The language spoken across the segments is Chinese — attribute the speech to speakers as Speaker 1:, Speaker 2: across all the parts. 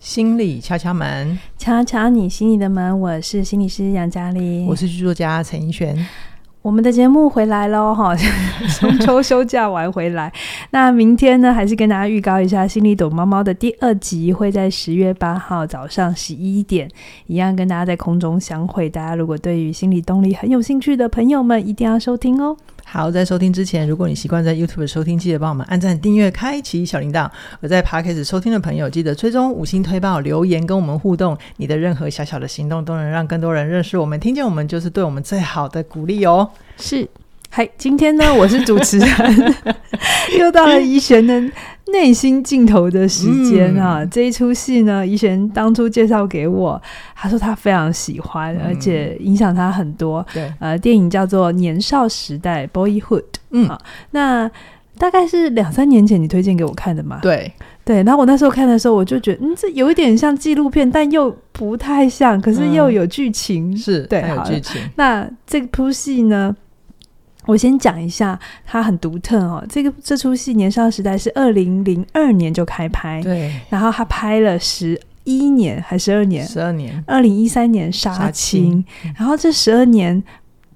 Speaker 1: 心理敲敲门，
Speaker 2: 敲敲你心里的门，我是心理师杨嘉玲，
Speaker 1: 我是剧作家陈奕璇。
Speaker 2: 我们的节目回来 喽，哈，中秋休假完回来。那明天呢，还是跟大家预告一下《心里躲猫猫》的第二集会在十月八号早上十一点，一样跟大家在空中相会。大家如果对于心理动力很有兴趣的朋友们，一定要收听哦。
Speaker 1: 好，在收听之前，如果你习惯在 YouTube 收听，记得帮我们按赞、订阅、开启小铃铛；而在 Podcast 收听的朋友，记得追踪、五星推报、留言跟我们互动。你的任何小小的行动，都能让更多人认识我们、听见我们，就是对我们最好的鼓励哦。
Speaker 2: 是，嗨，今天呢，我是主 持人，又到了怡璇的内心镜头的时间啊！
Speaker 1: 嗯
Speaker 2: 这一出戏呢，怡璇当初介绍给我，她说她非常喜欢，
Speaker 1: 嗯
Speaker 2: 而且影响她很多。
Speaker 1: 对，
Speaker 2: 呃，电影叫做《年少时代》（Boyhood）。
Speaker 1: 嗯
Speaker 2: 好，那大概是两三年前你推荐给我看的嘛？
Speaker 1: 对，
Speaker 2: 对，然后我那时候看的时候，我就觉得，嗯，这有一点像纪录片，但又不太像，可是又
Speaker 1: 嗯
Speaker 2: 有剧情。
Speaker 1: 是，
Speaker 2: 对
Speaker 1: 它有
Speaker 2: 好
Speaker 1: 剧情，
Speaker 2: 那这部戏呢，我先讲一下，它很独特哦。这个这出戏《年少时代》是二零零二年就开拍，
Speaker 1: 对，
Speaker 2: 然后它拍了十一年还十二年，
Speaker 1: 十二年，
Speaker 2: 二零一三年杀
Speaker 1: 杀
Speaker 2: 青
Speaker 1: 青，嗯
Speaker 2: 然后这十二年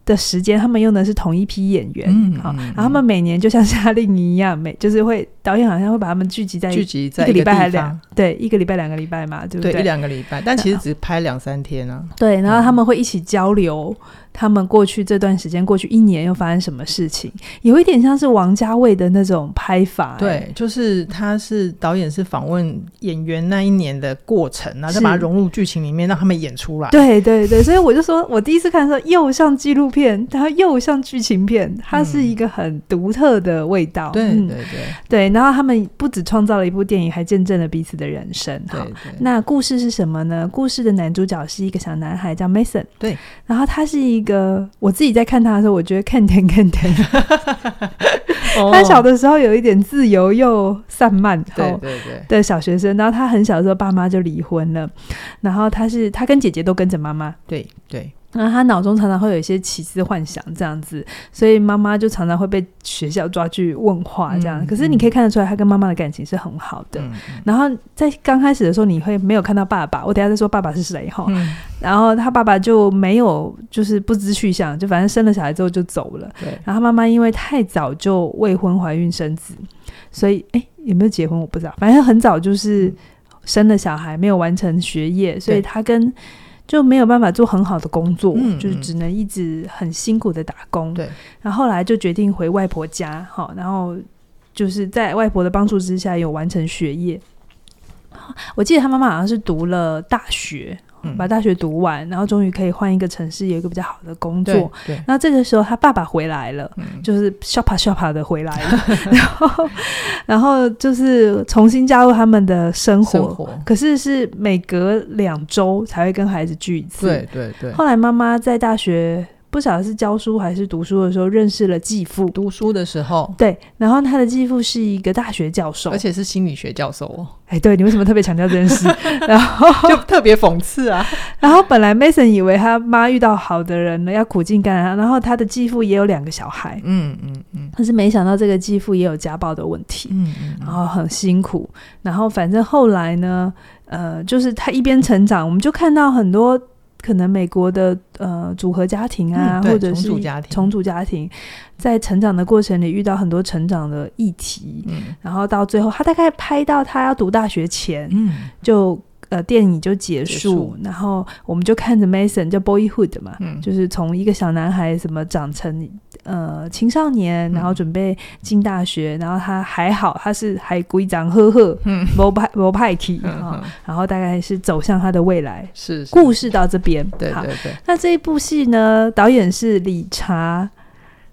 Speaker 2: 的时间，他们用的是同一批演员，
Speaker 1: 嗯
Speaker 2: 好、
Speaker 1: 嗯
Speaker 2: 然后他们每年就像夏令营一样，每就是会导演好像会把他们聚集在一
Speaker 1: 聚集在
Speaker 2: 一个礼拜还
Speaker 1: 地
Speaker 2: 两
Speaker 1: 方，
Speaker 2: 对一个礼拜两个礼拜嘛，对不
Speaker 1: 对，一
Speaker 2: 对？
Speaker 1: 两个礼拜，但其实只拍两三天啊。
Speaker 2: 对，然后
Speaker 1: 嗯
Speaker 2: 他们会一起交流他们过去这段时间，过去一年又发生什么事情，有一点像是王家卫的那种拍法、哎
Speaker 1: 对，就是他是导演是访问演员那一年的过程，然后再
Speaker 2: 是
Speaker 1: 把它融入剧情里面，让他们演出来。
Speaker 2: 对对对，所以我就说，我第一次看的时候，又像纪录片，然后又像剧情片，它是一个很独特的味道。
Speaker 1: 对
Speaker 2: 嗯
Speaker 1: 对对
Speaker 2: 对然后他们不止创造了一部电影，还见证了彼此的人生。
Speaker 1: 对
Speaker 2: 好，
Speaker 1: 对，
Speaker 2: 那故事是什么呢？故事的男主角是一个小男孩，叫 Mason。
Speaker 1: 对，
Speaker 2: 然后他是一个，我自己在看他的时候，我觉得看点看点，他小
Speaker 1: 的
Speaker 2: 的时候有一点自由又散漫。
Speaker 1: 哦对
Speaker 2: 好
Speaker 1: 对对
Speaker 2: 的小学生，然后他很小的时候，爸妈就离婚了，然后他是他跟姐姐都跟着妈妈，
Speaker 1: 对对，
Speaker 2: 然后他脑中常常会有一些奇思幻想这样子，所以妈妈就常常会被学校抓去问话这样。
Speaker 1: 嗯
Speaker 2: 可是你可以看得出来，他跟妈妈的感情是很好的。
Speaker 1: 嗯
Speaker 2: 然后在刚开始的时候，你会没有看到爸爸，我等一下再说爸爸是谁哈。
Speaker 1: 嗯
Speaker 2: 然后他爸爸就没有，就是不知去向，就反正生了小孩之后就走了。
Speaker 1: 对，
Speaker 2: 然后他妈妈因为太早就未婚怀孕生子，所以哎有没有结婚我不知道，反正很早就是
Speaker 1: 嗯
Speaker 2: 生了小孩，没有完成学业，所以他跟就没有办法做很好的工作，
Speaker 1: 嗯
Speaker 2: 就是
Speaker 1: 嗯
Speaker 2: 只能一直很辛苦的打工。
Speaker 1: 对，
Speaker 2: 然后后来就决定回外婆家，好，然后就是在外婆的帮助之下有完成学业。我记得他妈妈好像是读了大学，
Speaker 1: 嗯
Speaker 2: 把大学读完，然后终于可以换一个城市，有一个比较好的工作。
Speaker 1: 对对，
Speaker 2: 那这个时候，他爸爸回来了，
Speaker 1: 嗯
Speaker 2: 就是 shoppa shoppa 的回来了， 然后然后就是重新加入他们的生活，
Speaker 1: 生活，
Speaker 2: 可是是每隔两周才会跟孩子聚一次。
Speaker 1: 对，对对，
Speaker 2: 后来妈妈在大学不晓得是教书还是读书的时候认识了继父，
Speaker 1: 读书的时候，
Speaker 2: 对，然后他的继父是一个大学教授
Speaker 1: 而，且是心理学教授 哦，
Speaker 2: 哎，对你为什么特别强调这件事？ 然后
Speaker 1: 就特别讽刺啊。
Speaker 2: 然后本来 Mason 以为他妈遇到好的人了，要苦尽甘来，然后他的继父也有两个小孩，
Speaker 1: 嗯嗯嗯
Speaker 2: 但是没想到这个继父也有家暴的问题。
Speaker 1: 嗯嗯
Speaker 2: 然后很辛苦，然后反正后来呢，呃，就是他一边成长，我们就看到很多可能美国的呃组合家庭啊，
Speaker 1: 嗯对
Speaker 2: 或者是
Speaker 1: 重组家庭
Speaker 2: 重组家庭在成长的过程里遇到很多成长的议题，
Speaker 1: 嗯
Speaker 2: 然后到最后，他大概拍到他要读大学前，
Speaker 1: 嗯
Speaker 2: 就呃电影就结束，
Speaker 1: 结束
Speaker 2: 然后我们就看着 Mason 叫 Boyhood 嘛，
Speaker 1: 嗯，
Speaker 2: 就是从一个小男孩怎么长成呃青少年，
Speaker 1: 嗯
Speaker 2: 然后准备进大学，然后他还好，他是还规长呵呵，
Speaker 1: 嗯
Speaker 2: 谋派谋派体
Speaker 1: 嗯
Speaker 2: 啊，
Speaker 1: 嗯
Speaker 2: 然后大概是走向他的未来。
Speaker 1: 是是
Speaker 2: 故事到这边，
Speaker 1: 对
Speaker 2: 好，
Speaker 1: 对对，
Speaker 2: 那这一部戏呢，导演是理查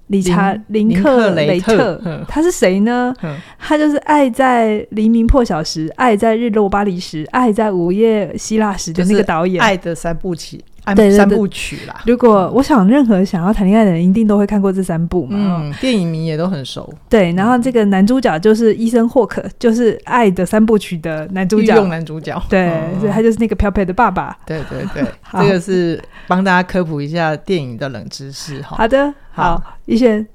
Speaker 2: 理查林
Speaker 1: 林
Speaker 2: 克
Speaker 1: 克雷
Speaker 2: 雷
Speaker 1: 特
Speaker 2: 特
Speaker 1: 嗯
Speaker 2: 他是谁呢？
Speaker 1: 嗯
Speaker 2: 他就是《爱在黎明破晓时》，《爱在日落巴黎时》，《爱在午夜希腊时》的
Speaker 1: 就是
Speaker 2: 那个导演。
Speaker 1: 爱的三部曲，爱
Speaker 2: 对对对
Speaker 1: 三部曲啦。
Speaker 2: 如果我想，任何想要谈恋爱的人一定都会看过这三部嘛。哦
Speaker 1: 嗯，电影迷也都很熟，
Speaker 2: 对，然后这个男主角就是医生霍克，就是《爱的三部曲》的男主
Speaker 1: 御
Speaker 2: 角
Speaker 1: 用。男主角。
Speaker 2: 对，
Speaker 1: 嗯
Speaker 2: 所以他就是那个漂漂的爸爸。
Speaker 1: 对对对
Speaker 2: ，好
Speaker 1: 这个是帮大家科普一下电影的冷知识哈。
Speaker 2: 好的，
Speaker 1: 好
Speaker 2: 好，医生，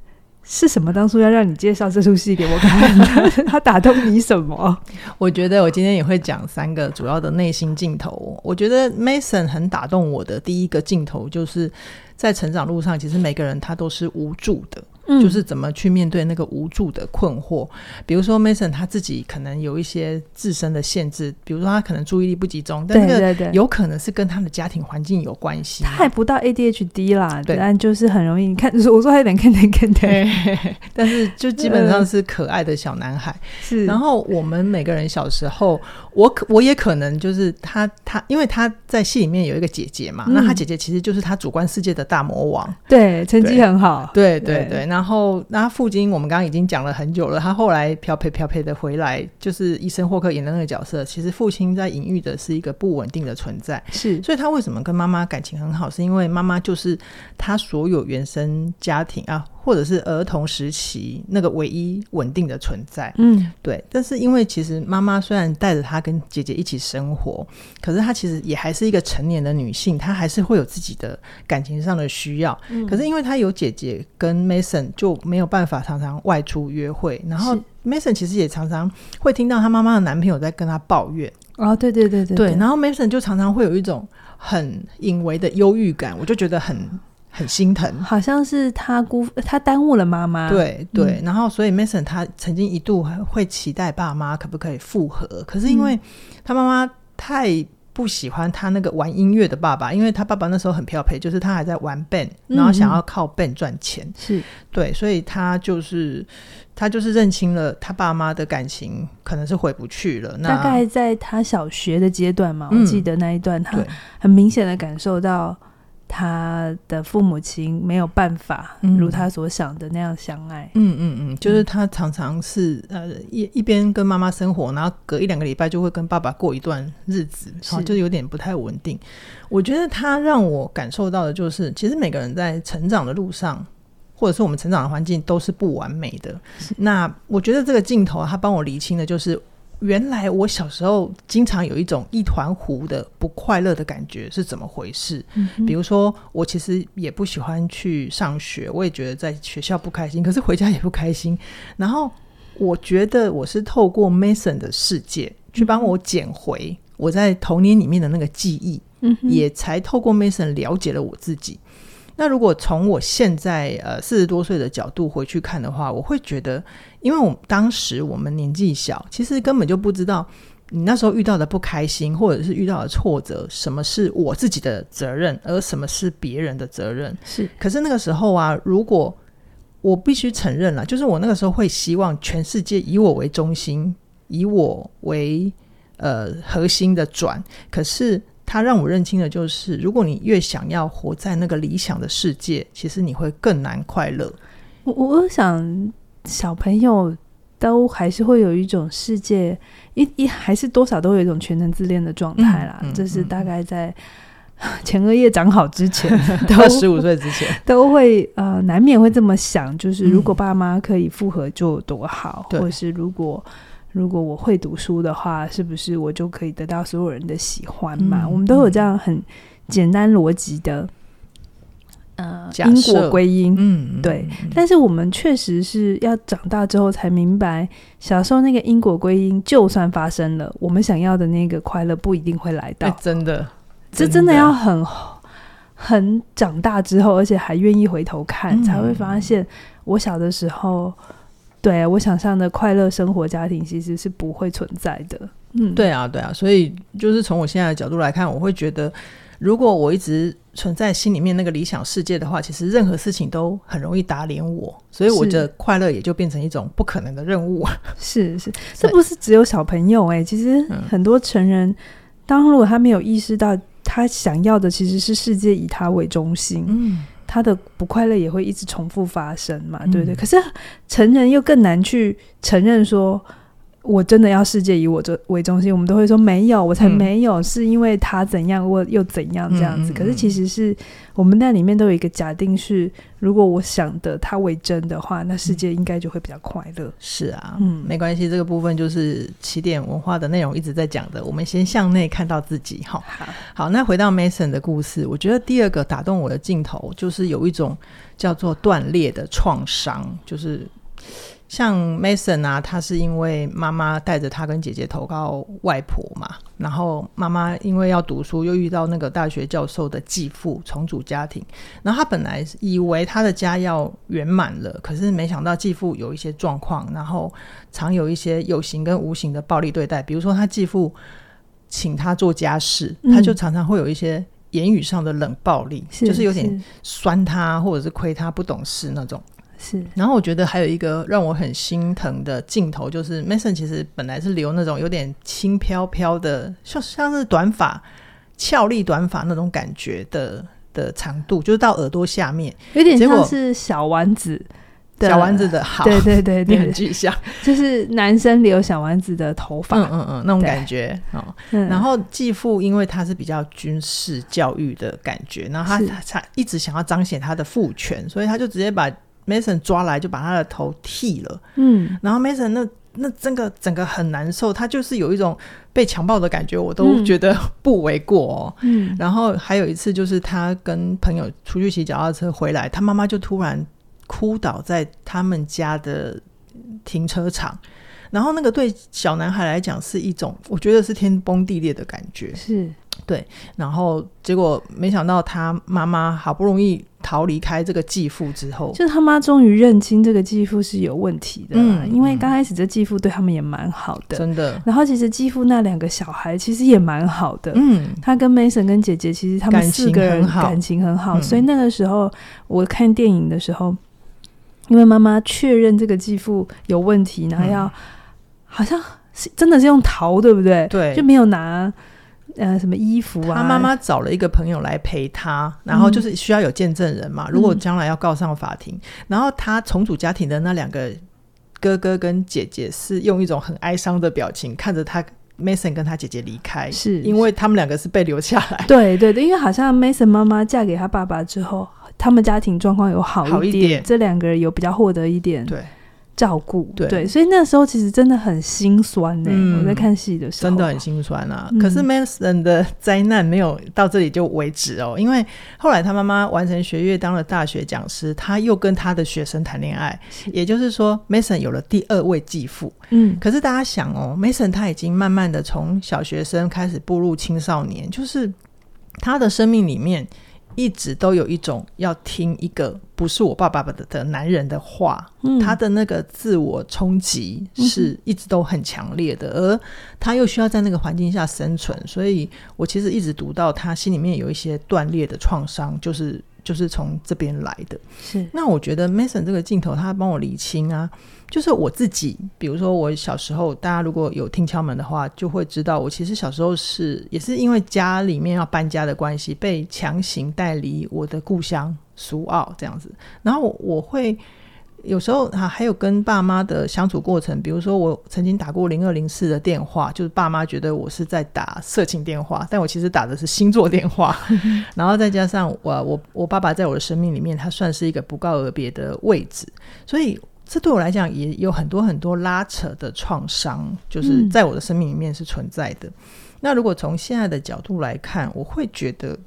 Speaker 2: 是什么当初要让你介绍这出戏给我 看？它打动你什么？
Speaker 1: 我觉得我今天也会讲三个主要的内心镜头。我觉得 Mason 很打动我的第一个镜头，就是在成长路上，其实每个人他都是无助的。
Speaker 2: 嗯
Speaker 1: 就是怎么去面对那个无助的困惑。比如说 Mason 他自己可能有一些自身的限制，比如说他可能注意力不集中，但
Speaker 2: 对
Speaker 1: 那个
Speaker 2: 对对，
Speaker 1: 有可能是跟他的家庭环境有关系
Speaker 2: 他。还不到 ADHD 啦，
Speaker 1: 对
Speaker 2: 但就是很容易，你看，我说他有点看点看点，
Speaker 1: 对，但是就基本上是可爱的小男孩。
Speaker 2: 是，
Speaker 1: 然后我们每个人小时候，我可我也可能就是他他，因为他在戏里面有一个姐姐嘛，
Speaker 2: 嗯
Speaker 1: 那他姐姐其实就是他主观世界的大魔王。
Speaker 2: 对，成绩
Speaker 1: 对
Speaker 2: 很好，
Speaker 1: 对对
Speaker 2: 对
Speaker 1: 对，然后那他父亲我们刚刚已经讲了很久了，他后来飘飘飘飘的回来，就是医生霍克演的那个角色，其实父亲在隐喻的是一个不稳定的存在，
Speaker 2: 是，
Speaker 1: 所以他为什么跟妈妈感情很好，是因为妈妈就是他所有原生家庭啊，或者是儿童时期那个唯一稳定的存在。
Speaker 2: 嗯，
Speaker 1: 对，但是因为其实妈妈虽然带着她跟姐姐一起生活，可是她其实也还是一个成年的女性，她还是会有自己的感情上的需要。可是因为她有姐姐跟 Mason，就没有办法常常外出约会。然后
Speaker 2: 是
Speaker 1: Mason 其实也常常会听到她妈妈的男朋友在跟她抱怨，
Speaker 2: 哦，对对对对
Speaker 1: 对，然后 Mason 就常常会有一种很隐微的忧郁感，我就觉得很很心疼。
Speaker 2: 好像是他辜负他耽误了妈妈，，
Speaker 1: 对
Speaker 2: 嗯
Speaker 1: 对，然后所以 Mason 他曾经一度还会期待爸妈可不可以复合，可是因
Speaker 2: 嗯
Speaker 1: 为他妈妈太不喜欢他那个玩音乐的爸爸，因为他爸爸那时候很漂培，就是他还在玩 band，然
Speaker 2: 嗯
Speaker 1: 后想要靠 band 赚钱，
Speaker 2: 是，
Speaker 1: 对，所以他就是他就是认清了他爸妈的感情可能是回不去了，那
Speaker 2: 大概在他小学的阶段嘛，我
Speaker 1: 嗯
Speaker 2: 记得那一段，他
Speaker 1: 对
Speaker 2: 很明显的感受到他的父母亲没有办法
Speaker 1: 嗯
Speaker 2: 如他所想的那样相爱，
Speaker 1: 嗯嗯嗯，就是他常常是呃一一边跟妈妈生活，然后隔一两个礼拜就会跟爸爸过一段日子，
Speaker 2: 是
Speaker 1: 好，就有点不太稳定。我觉得他让我感受到的就是，其实每个人在成长的路上，或者是我们成长的环境都是不完美的。那我觉得这个镜头他帮我厘清的就是。原来我小时候经常有一种一团糊的不快乐的感觉是怎么回事？比如说，我其实也不喜欢去上学，我也觉得在学校不开心，可是回家也不开心。然后我觉得我是透过 Mason 的世界去帮我捡回我在童年里面的那个记忆，
Speaker 2: 嗯哼，
Speaker 1: 也才透过 Mason 了解了我自己。那如果从我现在呃四十多岁的角度回去看的话，我会觉得，因为我当时我们年纪小，其实根本就不知道你那时候遇到的不开心或者是遇到的挫折，什么是我自己的责任，而什么是别人的责任。
Speaker 2: 是，
Speaker 1: 可是那个时候啊，如果我必须承认了，就是我那个时候会希望全世界以我为中心，以我为呃核心的转。可是它让我认清的就是，如果你越想要活在那个理想的世界，其实你会更难快 乐。
Speaker 2: 我我我想小朋友都还是会有一种世界一一还是多少都有一种全能自恋的状态啦，
Speaker 1: 嗯嗯
Speaker 2: 这是大
Speaker 1: 嗯
Speaker 2: 概在 前额叶长好之前都
Speaker 1: 到十五岁之前，
Speaker 2: 都会呃难免会这么想，就是
Speaker 1: 嗯
Speaker 2: 如果爸妈可以复合就有多好，
Speaker 1: 对
Speaker 2: 或是如果。如果我会读书的话，是不是我就可以得到所有人的喜欢嘛？
Speaker 1: 嗯
Speaker 2: 我们都有这样很简单逻辑的，呃，
Speaker 1: 假
Speaker 2: 因
Speaker 1: 设
Speaker 2: 果归因，
Speaker 1: 嗯，
Speaker 2: 对
Speaker 1: 嗯，
Speaker 2: 但是我们确实是要长大之后才明白，小时候那个因果归因，就算发生了，我们想要的那个快乐不一定会来到。
Speaker 1: 哎真的，
Speaker 2: 这真的要很很长大之后，而且还愿意回头看，
Speaker 1: 嗯
Speaker 2: 才会发现我小的时候，对我想象的快乐生活家庭其实是不会存在的。嗯，，
Speaker 1: 对啊，对啊，所以就是从我现在的角度来看，我会觉得，如果我一直存在心里面那个理想世界的话，其实任何事情都很容易打脸我，所以我
Speaker 2: 是
Speaker 1: 觉得快乐也就变成一种不可能的任务。啊
Speaker 2: 是是，这不是只有小朋友哎、其实
Speaker 1: 嗯
Speaker 2: 很多成人，当如果他没有意识到他想要的其实是世界以他为中心，
Speaker 1: 嗯，
Speaker 2: 他的不快乐也会一直重复发生嘛，
Speaker 1: 嗯
Speaker 2: 对不对？可是成人又更难去承认说，我真的要世界以我这为中心，我们都会说没有，我才没有，是因为他怎样我又怎样这样
Speaker 1: 嗯嗯
Speaker 2: 子。
Speaker 1: 嗯嗯
Speaker 2: 可是其实是我们那里面都有一个假定是，如果我想的他为真的话，那世界应该就会比较快乐。
Speaker 1: 是啊，
Speaker 2: 嗯
Speaker 1: 没关系，这个部分就是起点文化的内容一直在讲的。我们先向内看到自己哈。
Speaker 2: 好，
Speaker 1: 好，那回到 Mason 的故事，我觉得第二个打动我的镜头就是有一种叫做断裂的创伤，就是像 Mason 啊，他是因为妈妈带着他跟姐姐投靠外婆嘛，然后妈妈因为要读书，又遇到那个大学教授的继父，重组家庭。然后他本来以为他的家要圆满了，可是没想到继父有一些状况，然后常有一些有形跟无形的暴力对待，比如说他继父请他做家事，
Speaker 2: 嗯
Speaker 1: 他就常常会有一些言语上的冷暴力，就是有点酸他或者是亏他不懂事那种。
Speaker 2: 是
Speaker 1: 然后我觉得还有一个让我很心疼的镜头，就是 Mason 其实本来是留那种有点轻飘飘的，像像是短发、俏丽短发那种感觉的的长度，就是到耳朵下面，
Speaker 2: 有点
Speaker 1: 结果
Speaker 2: 像是小丸子的
Speaker 1: 小丸子的好，
Speaker 2: 对对对
Speaker 1: 你很
Speaker 2: 对，
Speaker 1: 具象，
Speaker 2: 就是男生留小丸子的头
Speaker 1: 嗯
Speaker 2: 发，
Speaker 1: 嗯嗯，那种
Speaker 2: 对
Speaker 1: 感觉哦。
Speaker 2: 嗯
Speaker 1: 然后继父因为他是比较军事教育的感觉，然后他
Speaker 2: 是
Speaker 1: 他他一直想要彰显他的父权，所以他就直接把 Mason 抓来，就把他的头剃了。
Speaker 2: 嗯，
Speaker 1: 然后 Mason 那那整个整个很难受，他就是有一种被强暴的感觉，我都
Speaker 2: 嗯
Speaker 1: 觉得不为过哦。
Speaker 2: 嗯
Speaker 1: 然后还有一次就是他跟朋友出去骑脚踏车回来，他妈妈就突然哭倒在他们家的停车场，然后那个对小男孩来讲是一种，我觉得是天崩地裂的感觉。
Speaker 2: 是
Speaker 1: 然后结果没想到他妈妈好不容易逃离开这个继父之后，
Speaker 2: 就是他妈终于认清这个继父是有问题的啦，
Speaker 1: 嗯
Speaker 2: 因为刚开始这继父对他们也蛮好的，
Speaker 1: 真的，
Speaker 2: 然后其实继父那两个小孩其实也蛮好的。
Speaker 1: 嗯，
Speaker 2: 他跟 Mason 跟姐姐其实他们
Speaker 1: 感情
Speaker 2: 四个人
Speaker 1: 很好
Speaker 2: 感情很好，
Speaker 1: 嗯
Speaker 2: 所以那个时候我看电影的时候，因为妈妈确认这个继父有问题，然后要、
Speaker 1: 嗯
Speaker 2: 好像是真的是用逃，对不对？
Speaker 1: 对
Speaker 2: 就没有拿呃什么衣服啊。
Speaker 1: 他妈妈找了一个朋友来陪他，然后就是需要有见证人嘛。
Speaker 2: 嗯
Speaker 1: 如果将来要告上法庭，然后他重组家庭的那两个哥哥跟姐姐是用一种很哀伤的表情看着他 Mason 跟他姐姐离开，
Speaker 2: 是
Speaker 1: 因为他们两个是被留下来。
Speaker 2: 对对对，因为好像 Mason 妈妈嫁给他爸爸之后，他们家庭状况有好
Speaker 1: 好一
Speaker 2: 一
Speaker 1: 点
Speaker 2: 这两个人有比较获得一点
Speaker 1: 对，
Speaker 2: 照顾，
Speaker 1: 对
Speaker 2: 所以那时候其实真的很心酸呢、
Speaker 1: 嗯
Speaker 2: 我在看戏的时候，
Speaker 1: 真的很心酸啊。
Speaker 2: 嗯
Speaker 1: 可是 Mason 的灾难没有到这里就为止哦，因为后来他妈妈完成学业，当了大学讲师，他又跟他的学生谈恋爱，也就是说，Mason 有了第二位继父。
Speaker 2: 嗯，
Speaker 1: 可是大家想哦，Mason 他已经慢慢的从小学生开始步入青少年，就是他的生命里面一直都有一种要听一个不是我爸爸的的男人的话，
Speaker 2: 嗯
Speaker 1: 他的那个自我冲击是一直都很强烈的，而他又需要在那个环境下生存，所以我其实一直读到他心里面有一些断裂的创伤，就是就是从这边来的。
Speaker 2: 是
Speaker 1: 那我觉得 Mason 这个镜头，他帮我理清啊，就是我自己，比如说我小时候，大家如果有听敲门的话，就会知道我其实小时候是也是因为家里面要搬家的关系，被强行带离我的故乡苏澳这样子。然后我我会有时候啊，还有跟爸妈的相处过程，比如说我曾经打过零二零四的电话，就是爸妈觉得我是在打色情电话，但我其实打的是星座电话。然后再加上我我我爸爸在我的生命里面，他算是一个不告而别的位置，所以这对我来讲也有很多很多拉扯的创伤，就是
Speaker 2: 嗯
Speaker 1: 在我的生命里面是存在的。那如果从现在的角度来看，我会觉得，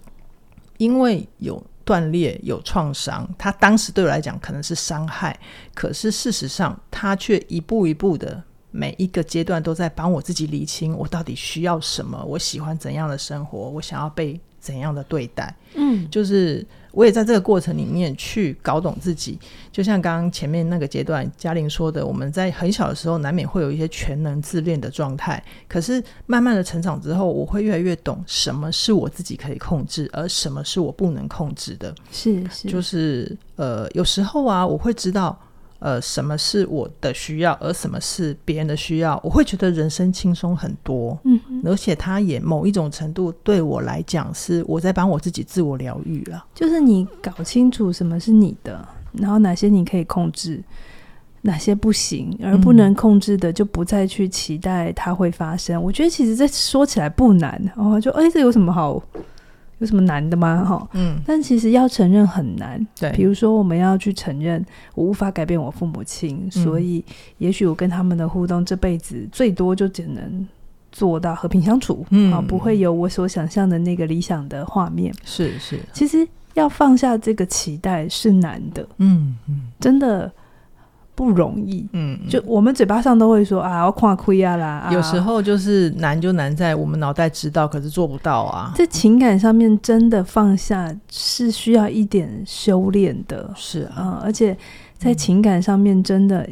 Speaker 1: 因为有断裂、有创伤，他当时对我来讲可能是伤害，可是事实上，他却一步一步的。每一个阶段都在帮我自己理清，我到底需要什么，我喜欢怎样的生活，我想要被怎样的对待。
Speaker 2: 嗯
Speaker 1: 就是我也在这个过程里面去搞懂自己，就像刚刚前面那个阶段嘉玲说的，我们在很小的时候难免会有一些全能自恋的状态，可是慢慢的成长之后，我会越来越懂什么是我自己可以控制，而什么是我不能控制的。
Speaker 2: 是是，
Speaker 1: 就是呃，有时候啊，我会知道。呃，什么是我的需要，而什么是别人的需要，我会觉得人生轻松很多，
Speaker 2: 嗯哼，
Speaker 1: 而且它也某一种程度对我来讲是我在帮我自己自我疗愈啊了。
Speaker 2: 就是你搞清楚什么是你的，然后哪些你可以控制。哪些不行，而不
Speaker 1: 嗯
Speaker 2: 能控制的就不再去期待它会发生。我觉得其实这说起来不难哦，就哎、这有什么好有什么难的吗？哈、
Speaker 1: 嗯，
Speaker 2: 但其实要承认很难。
Speaker 1: 对
Speaker 2: 比如说我们要去承认我无法改变我父母亲，
Speaker 1: 嗯
Speaker 2: 所以也许我跟他们的互动这辈子最多就只能做到和平相处，
Speaker 1: 嗯
Speaker 2: 啊，不会有我所想象的那个理想的画面。
Speaker 1: 是是，
Speaker 2: 其实要放下这个期待是难的，
Speaker 1: 嗯嗯
Speaker 2: 真的不容易。
Speaker 1: 嗯，
Speaker 2: 就我们嘴巴上都会说啊，我跨亏啊啦，啊
Speaker 1: 有时候就是难就难在我们脑袋知道，可是做不到啊。
Speaker 2: 在情感上面真的放下是需要一点修炼的，
Speaker 1: 是啊，
Speaker 2: 嗯，而且在情感上面真的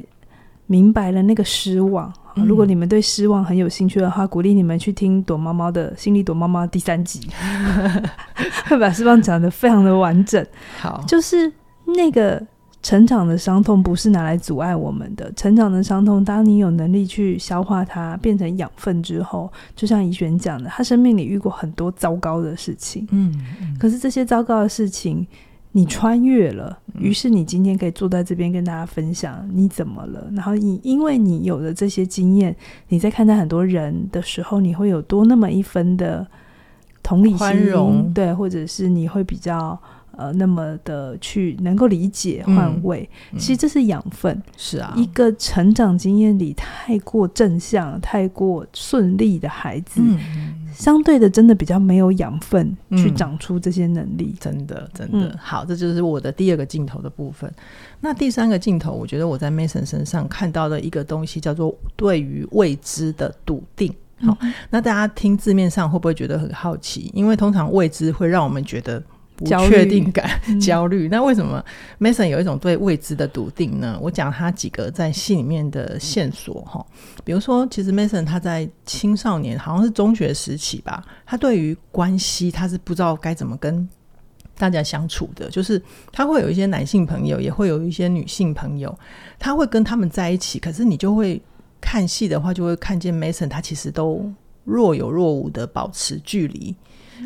Speaker 2: 明白了那个失望。
Speaker 1: 嗯
Speaker 2: 如果你们对失望很有兴趣的话，鼓励你们去听躲猫猫的心理躲猫猫第三集， 会把失望讲得非常的完整。
Speaker 1: 好，
Speaker 2: 就是那个成长的伤痛不是拿来阻碍我们的，成长的伤痛，当你有能力去消化它，变成养分之后，就像怡璇讲的，他生命里遇过很多糟糕的事情，
Speaker 1: 嗯，嗯
Speaker 2: 可是这些糟糕的事情。你穿越了，
Speaker 1: 嗯
Speaker 2: 于是你今天可以坐在这边跟大家分享你怎么了。然后你因为你有了这些经验，你在看待很多人的时候，你会有多那么一分的同理心，
Speaker 1: 宽容
Speaker 2: 对，或者是你会比较呃那么的去能够理解
Speaker 1: 嗯
Speaker 2: 换位。
Speaker 1: 嗯
Speaker 2: 其实这是养分，
Speaker 1: 是啊，
Speaker 2: 一个成长经验里太过正向、太过顺利的孩子，
Speaker 1: 嗯，嗯
Speaker 2: 相对的真的比较没有养分去
Speaker 1: 嗯
Speaker 2: 长出这些能力。
Speaker 1: 真的真的、
Speaker 2: 嗯
Speaker 1: 好，这就是我的第二个镜头的部分。那第三个镜头，我觉得我在 Mason 身上看到的一个东西叫做对于未知的笃定。好、那大家听字面上会不会觉得很好奇？因为通常未知会让我们觉得不
Speaker 2: 焦虑
Speaker 1: 确定感，
Speaker 2: 嗯
Speaker 1: 焦虑。那为什么 Mason 有一种对未知的笃定呢？我讲他几个在戏里面的线索哈，比如说，其实 Mason 他在青少年，好像是中学时期吧，他对于关系他是不知道该怎么跟。大家相处的，就是他会有一些男性朋友，也会有一些女性朋友，他会跟他们在一起，可是你就会看戏的话，就会看见 Mason 他其实都若有若无的保持距离，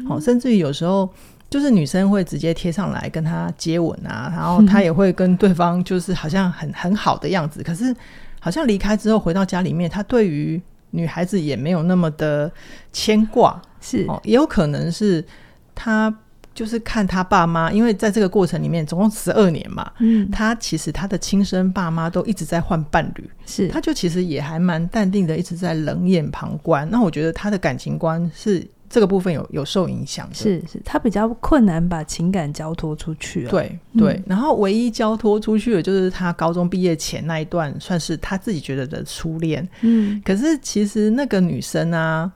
Speaker 1: 好、甚至于有时候就是女生会直接贴上来跟他接吻啊，然后他也会跟对方就是好像很很好的样子，可是好像离开之后回到家里面，他对于女孩子也没有那么的牵挂，
Speaker 2: 是，
Speaker 1: 哦，也有可能是他就是看他爸妈，因为在这个过程里面总共十二年嘛，
Speaker 2: 嗯，
Speaker 1: 他其实他的亲生爸妈都一直在换伴侣，
Speaker 2: 是
Speaker 1: 他就其实也还蛮淡定的，一直在冷眼旁观。那我觉得他的感情观是这个部分有有受影响的，
Speaker 2: 是是，他比较困难把情感交托出去、啊。，
Speaker 1: 对
Speaker 2: 嗯
Speaker 1: 对。然后唯一交托出去的就是他高中毕业前那一段，算是他自己觉得的初恋。
Speaker 2: 嗯，
Speaker 1: 可是其实那个女生啊，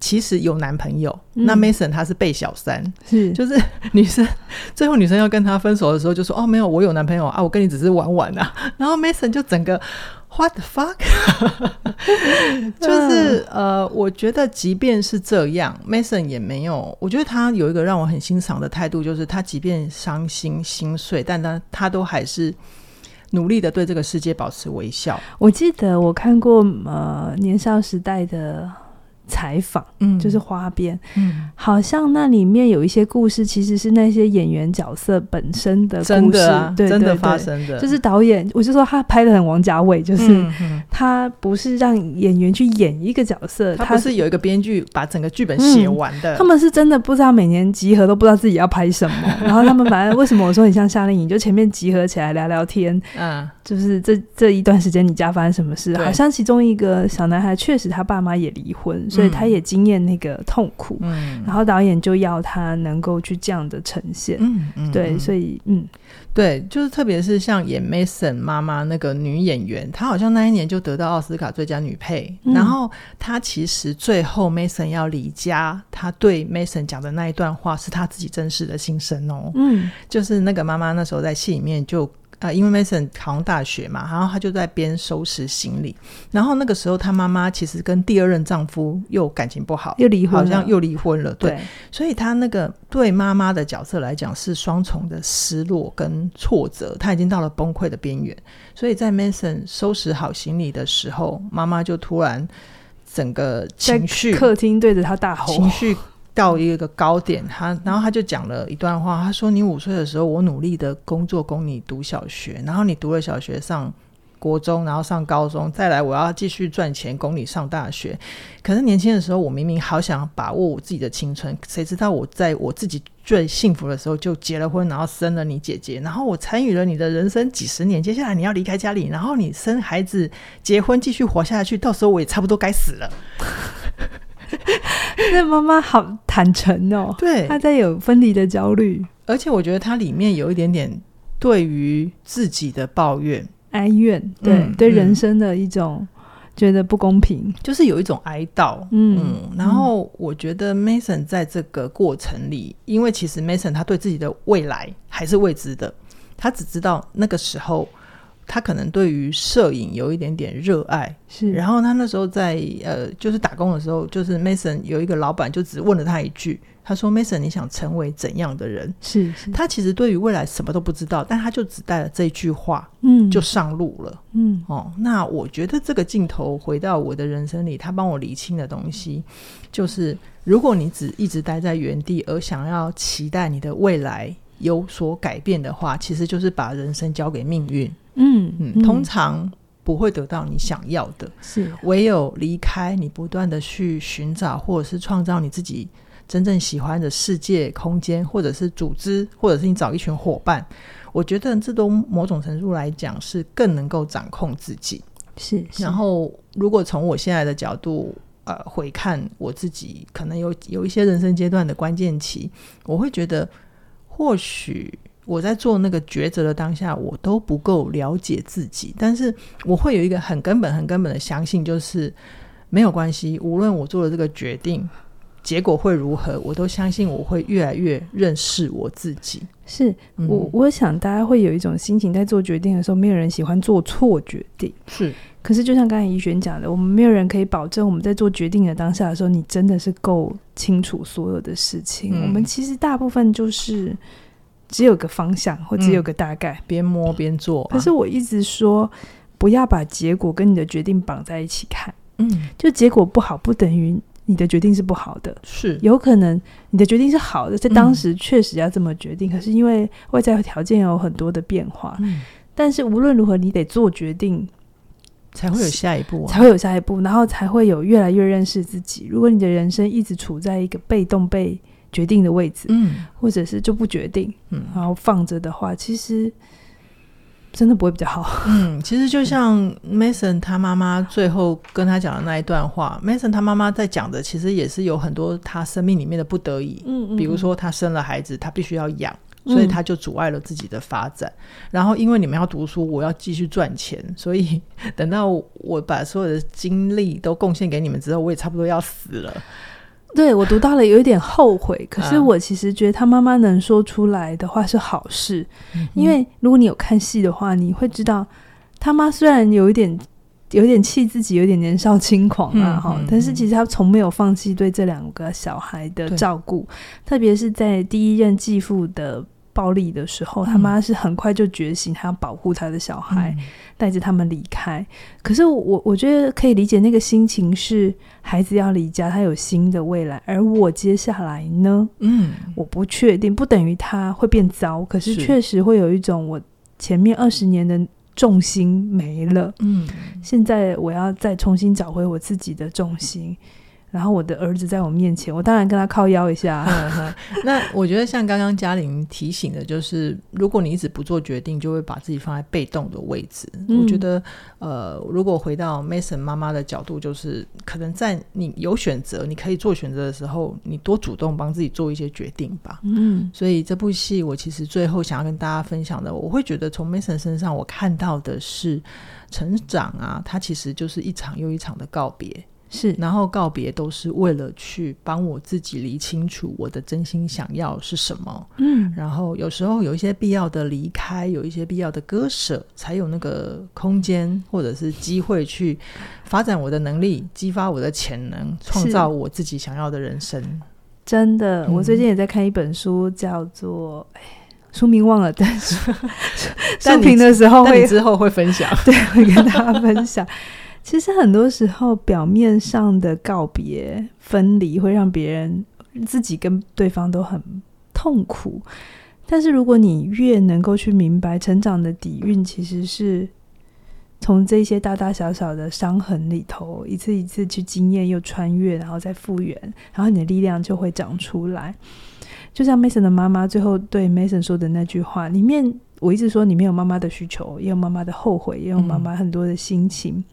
Speaker 1: 其实有男朋友。
Speaker 2: 嗯
Speaker 1: 那 Mason 他是被小三，
Speaker 2: 是
Speaker 1: 就是 女生最后女生要跟他分手的时候，就说：“哦，没有，我有男朋友啊，我跟你只是玩玩啊。”然后 Mason 就整个 What the fuck？就是呃，我觉得即便是这样，Mason 也没有，我觉得他有一个让我很欣赏的态度，就是他即便伤心心碎，但他他都还是努力的对这个世界保持微笑。
Speaker 2: 我记得我看过呃年少时代的采访，
Speaker 1: 嗯
Speaker 2: 就是花边，
Speaker 1: 嗯，
Speaker 2: 好像那里面有一些故事，其实是那些演员角色本身的故事，
Speaker 1: 真的啊，
Speaker 2: 对
Speaker 1: 真的
Speaker 2: 对
Speaker 1: 发
Speaker 2: 对
Speaker 1: 生的，
Speaker 2: 就是导演，我就说他拍的很王家卫，就是
Speaker 1: 嗯嗯
Speaker 2: 他不是让演员去演一个角色，
Speaker 1: 他
Speaker 2: 他
Speaker 1: 不是有一个编剧把整个剧本写
Speaker 2: 嗯
Speaker 1: 完的，
Speaker 2: 他们是真的不知道每年集合都不知道自己要 拍什么，然后他们反正为什么我说很像夏令营，就前面集合起来聊聊天，
Speaker 1: 嗯。
Speaker 2: 就是这这一段时间你家发生什么事，
Speaker 1: 对
Speaker 2: 好像其中一个小男孩确实他爸妈也离婚，所以他也经验那个痛苦，
Speaker 1: 嗯
Speaker 2: 然后导演就要他能够去这样的呈现，
Speaker 1: 嗯嗯
Speaker 2: 对，所
Speaker 1: 以
Speaker 2: 以嗯
Speaker 1: 对，就是特别是像演 Mason 妈妈那个女演员，她好像那一年就得到奥斯卡最佳女配。
Speaker 2: 嗯
Speaker 1: 然后她其实最后 Mason 要离家，她对 Mason 讲的那一段话是她自己真实的心声哦。
Speaker 2: 嗯
Speaker 1: 就是那个妈妈那时候在戏里面就。呃，因为 Mason 考上大学嘛，然后她就在边收拾行李，然后那个时候她妈妈其实跟第二任丈夫又感情不好，
Speaker 2: 又离婚
Speaker 1: 好
Speaker 2: 了，
Speaker 1: 像又离婚了，对
Speaker 2: 对，
Speaker 1: 所以他那个对妈妈的角色来讲是双重的失落跟挫折，他已经到了崩溃的边缘。所以在 Mason 收拾好行李的时候，妈妈就突然整个情绪
Speaker 2: 客厅对着他 大吼，
Speaker 1: 情绪到一个高点，他然后他就讲了一段话，他说：“你五岁的时候，我努力的工作供你读小学，然后你读了小学上国中，然后上高中，再来我要继续赚钱供你上大学。可是年轻的时候，我明明好想把握我自己的青春，谁知道我在我自己最幸福的时候就结了婚，然后生了你姐姐，然后我参与了你的人生几十年。接下来你要离开家里，然后你生孩子、结婚，继续活下去，到时候我也差不多该死了。
Speaker 2: 那妈妈好坦诚哦，
Speaker 1: 对，
Speaker 2: 她在有分离的焦虑、
Speaker 1: 而且我觉得它里面有一点点对于自己的抱怨，
Speaker 2: 哀怨，对、
Speaker 1: 嗯
Speaker 2: 对
Speaker 1: 嗯
Speaker 2: 人生的一种觉得不公平。
Speaker 1: 就是有一种哀悼。
Speaker 2: 嗯，
Speaker 1: 嗯，然后我觉得 Mason 在这个过程里，因为其实 Mason 他对自己的未来还是未知的，他只知道那个时候他可能对于摄影有一点点热爱，
Speaker 2: 是，
Speaker 1: 然后他那时候在呃，就是打工的时候，就是 Mason 有一个老板就只问了他一句，他说：“Mason，你想成为怎样的人
Speaker 2: 是是？”，
Speaker 1: 他其实对于未来什么都不知道，但他就只带了这句话
Speaker 2: 嗯，
Speaker 1: 就上路了。
Speaker 2: 嗯
Speaker 1: 哦，那我觉得这个镜头回到我的人生里，他帮我理清的东西，就是如果你只一直待在原地，而想要期待你的未来有所改变的话，其实就是把人生交给命运。
Speaker 2: 嗯
Speaker 1: 嗯，通常不会得到你想要的，
Speaker 2: 是
Speaker 1: 唯有离开，你不断的去寻找，或者是创造你自己。真正喜欢的世界空间，或者是组织，或者是你找一群伙伴，我觉得这都某种程度来讲是更能够掌控自己。
Speaker 2: 是，是
Speaker 1: 然后，如果从我现在的角度，呃，回看我自己，可能有有一些人生阶段的关键期，我会觉得，或许我在做那个抉择的当下，我都不够了解自己，但是我会有一个很根本、很根本的相信，就是没有关系，无论我做了这个决定。结果会如何？我都相信我会越来越认识我自己。
Speaker 2: 是
Speaker 1: 嗯
Speaker 2: 我我想大家会有一种心情，在做决定的时候，没有人喜欢做错决定。
Speaker 1: 是
Speaker 2: 可是就像刚才怡璇讲的，我们没有人可以保证我们在做决定的当下的时候，你真的是够清楚所有的事情。
Speaker 1: 嗯
Speaker 2: 我们其实大部分就是只有个方向，或只
Speaker 1: 嗯
Speaker 2: 有个大概。
Speaker 1: 边摸边做、啊，
Speaker 2: 可是我一直说，不要把结果跟你的决定绑在一起看，
Speaker 1: 嗯，
Speaker 2: 就结果不好不等于你的决定是不好的。
Speaker 1: 是
Speaker 2: 有可能你的决定是好的，在当时确实要这么决定，可是因为外在条件有很多的变化，
Speaker 1: 嗯，
Speaker 2: 但是无论如何，你得做决定，
Speaker 1: 才会有下一步啊。
Speaker 2: 才会有下一步，然后才会有越来越认识自己。如果你的人生一直处在一个被动被决定的位置，
Speaker 1: 嗯
Speaker 2: 或者是就不决定，
Speaker 1: 嗯，
Speaker 2: 然后放着的话，其实真的不会比较好。
Speaker 1: 嗯，其实就像 Mason 他妈妈最后跟他讲的那一段话，Mason 他妈妈在讲的，其实也是有很多他生命里面的不得已，
Speaker 2: 嗯
Speaker 1: 比如，说他生了孩子，他必须要养。所以他就阻碍了自己的发展。然后因为你们要读书，我要继续赚钱，所以等到我把所有的精力都贡献给你们之后，我也差不多要死了。
Speaker 2: 对我读到了有一点后悔，可是
Speaker 1: 啊
Speaker 2: 我其实觉得他妈妈能说出来的话是好事，
Speaker 1: 嗯
Speaker 2: 因为如果你有看戏的话，你会知道他妈虽然有一点有一点气自己，有点年少轻狂啊
Speaker 1: 嗯
Speaker 2: 哈、
Speaker 1: 嗯
Speaker 2: 但是其实他从没有放弃对这两个小孩的
Speaker 1: 对
Speaker 2: 照顾，特别是在第一任继父的。暴力的时候，
Speaker 1: 嗯
Speaker 2: 他妈是很快就觉醒，他要保护他的小孩，
Speaker 1: 嗯
Speaker 2: 带着他们离开。可是我我觉得可以理解那个心情是孩子要离家，他有新的未来，而我接下来呢，
Speaker 1: 嗯，
Speaker 2: 我不确定，不等于他会变糟，可是
Speaker 1: 是
Speaker 2: 确实会有一种我前面二十年的重心没了，
Speaker 1: 嗯，
Speaker 2: 现在我要再重新找回我自己的重心。然后我的儿子在我面前，我当然跟他靠腰一 下。
Speaker 1: 嗯哼那我觉得像刚刚嘉玲提醒的，就是如果你一直不做决定，就会把自己放在被动的位置。
Speaker 2: 嗯
Speaker 1: 我觉得，呃，如果回到 Mason 妈妈的角度，就是可能在你有选择，你可以做选择的时候，你多主动帮自己做一些决定吧。
Speaker 2: 嗯
Speaker 1: 所以这部戏，我其实最后想要跟大家分享的，我会觉得从 Mason 身上我看到的是成长啊，它其实就是一场又一场的告别。
Speaker 2: 是
Speaker 1: 然后告别都是为了去帮我自己理清楚我的真心想要是什么，
Speaker 2: 嗯
Speaker 1: 然后有时候有一些必要的离开，有一些必要的割舍，才有那个空间或者是机会去发展我的能力，激发我的潜能，创造我自己想要的人生。
Speaker 2: 真的，
Speaker 1: 嗯
Speaker 2: 我最近也在看一本书，叫做哎书名 忘了，但是书
Speaker 1: 但你
Speaker 2: 评的时候
Speaker 1: 那
Speaker 2: 哦会
Speaker 1: 你之后会分 享，
Speaker 2: 对，会跟大家分享。其实很多时候，表面上的告别、分离会让别人自己跟对方都很痛苦。但是如果你越能够去明白成长的底蕴，其实是从这些大大小小的伤痕里头，一次一次去经验，又穿越，然后再复原，然后你的力量就会长出来。就像 Mason 的妈妈最后对 Mason 说的那句话，里面我一直说里面有妈妈的需求，也有妈妈的后悔，也有妈妈很多的心情。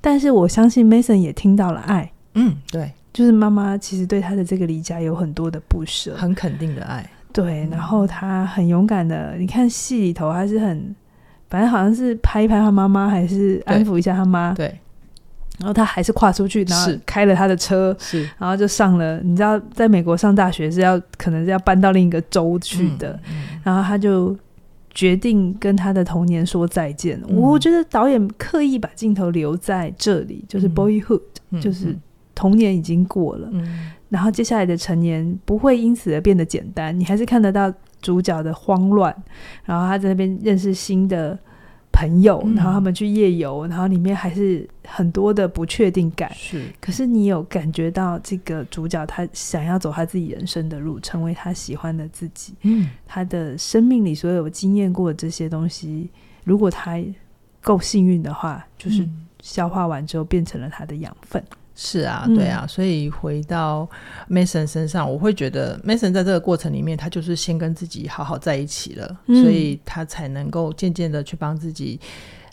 Speaker 2: 但是我相信 Mason 也听到了爱，
Speaker 1: 嗯，对，
Speaker 2: 就是妈妈其实对他的这个离家有很多的不舍。
Speaker 1: 很肯定的爱，嗯
Speaker 2: 对，然后他很勇敢的，你看戏里头他是很，反正好像是拍一拍他妈妈，还是安抚一下他妈，
Speaker 1: 对，
Speaker 2: 然后他还是跨出去，然后
Speaker 1: 是
Speaker 2: 开了他的车，
Speaker 1: 是
Speaker 2: 然后就上了。你知道，在美国上大学是要可能是要搬到另一个州去的，，
Speaker 1: 嗯
Speaker 2: 然后他就决定跟他的童年说再见。我
Speaker 1: 嗯
Speaker 2: 觉得导演刻意把镜头留在这里，就是
Speaker 1: 嗯
Speaker 2: boyhood，、
Speaker 1: 嗯
Speaker 2: 就是童年已经过了。
Speaker 1: 嗯，
Speaker 2: 然后接下来的成年不会因此而变得简单，你还是看得到主角的慌乱，然后他在那边认识新的朋友，
Speaker 1: 嗯
Speaker 2: 然后他们去夜游，然后里面还是很多的不确定感。
Speaker 1: 是
Speaker 2: 可是你有感觉到这个主角他想要走他自己人生的路，成为他喜欢的自己，
Speaker 1: 嗯
Speaker 2: 他的生命里所有经验过的这些东西，如果他够幸运的话，就是
Speaker 1: 嗯
Speaker 2: 消化完之后变成了他的养分。
Speaker 1: 是啊，
Speaker 2: 嗯
Speaker 1: 对啊，所以回到 Mason 身上，我会觉得 Mason 在这个过程里面，他就是先跟自己好好在一起了，
Speaker 2: 嗯
Speaker 1: 所以他才能够渐渐的去帮自己。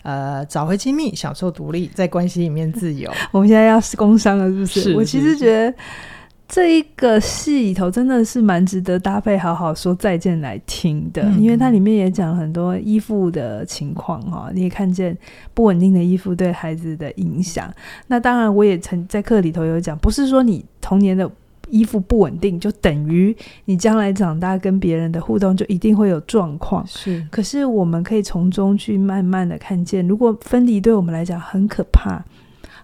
Speaker 1: 呃，找回亲密，享受独立，在关系里面自由。
Speaker 2: 我们现在要工伤了，是不是？
Speaker 1: 是
Speaker 2: 我其
Speaker 1: 是
Speaker 2: 实
Speaker 1: 是
Speaker 2: 觉得这一个戏里头真的是蛮值得搭配《好好说再见》来听的，
Speaker 1: 嗯
Speaker 2: 因为它里面也讲了很多依附的情况哈、你也看见不稳定的依附对孩子的影响。那当然，我也曾在课里头有讲，不是说你童年的。依附不稳定，就等于你将来长大跟别人的互动就一定会有状况。
Speaker 1: 是，
Speaker 2: 可 是我们可以从中去慢慢的看见，如果分离对我们来讲很可怕，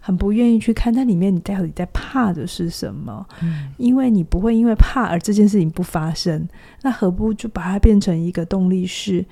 Speaker 2: 很不愿意去看，它里面你到底在怕的是什么？
Speaker 1: 嗯，
Speaker 2: 因为你不会因为怕而这件事情不发生，那何不就把它变成一个动力是？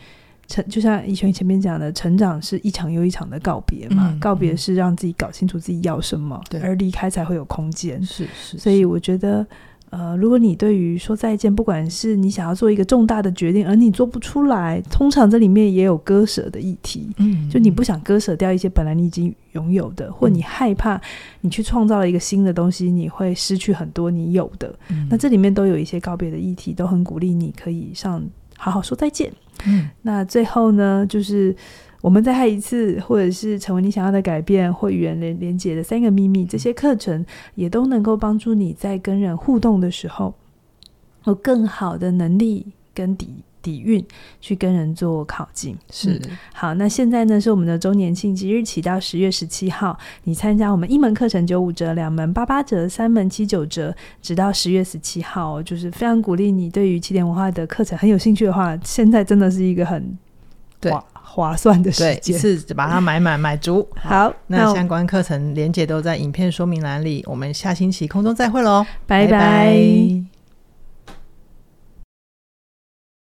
Speaker 2: 成就像以前前面讲的，成长是一场又一场的告别嘛，
Speaker 1: 嗯
Speaker 2: 告别
Speaker 1: 嗯
Speaker 2: 是让自己搞清楚自己要什么，
Speaker 1: 对
Speaker 2: 而离开才会有空间。
Speaker 1: 是是，
Speaker 2: 所以我觉得，呃，如果你对于说再见，不管是你想要做一个重大的决定，而你做不出来，通常这里面也有割舍的议题。
Speaker 1: 嗯，
Speaker 2: 就你不想割舍掉一些本来你已经拥有的，或你害怕你去创造了一个新的东西，你会失去很多你有的。
Speaker 1: 嗯，
Speaker 2: 那这里面都有一些告别的议题，都很鼓励你可以上好好说再见。
Speaker 1: 嗯，
Speaker 2: 那最后呢，就是我们再爱一次，或者是成为你想要的改变，或与人连连接的三个秘密，这些课程也都能够帮助你在跟人互动的时候，有更好的能力跟底底蕴去跟人做靠近。
Speaker 1: 是
Speaker 2: 嗯好，那现在呢是我们的周年庆，即日起到十月十七号，你参加我们一门课程九五折，两门八八折，三门七九折，直到十月十七号哦，就是非常鼓励你对于起点文化的课程很有兴趣的话，现在真的是一个很
Speaker 1: 对
Speaker 2: 划划算的时
Speaker 1: 对，一
Speaker 2: 间。
Speaker 1: 次把它买满买足。
Speaker 2: 好，
Speaker 1: 那
Speaker 2: 我
Speaker 1: 相关课程连接都在影片说明栏里，我们下星期空中再会喽，
Speaker 2: 拜
Speaker 1: 拜
Speaker 2: 拜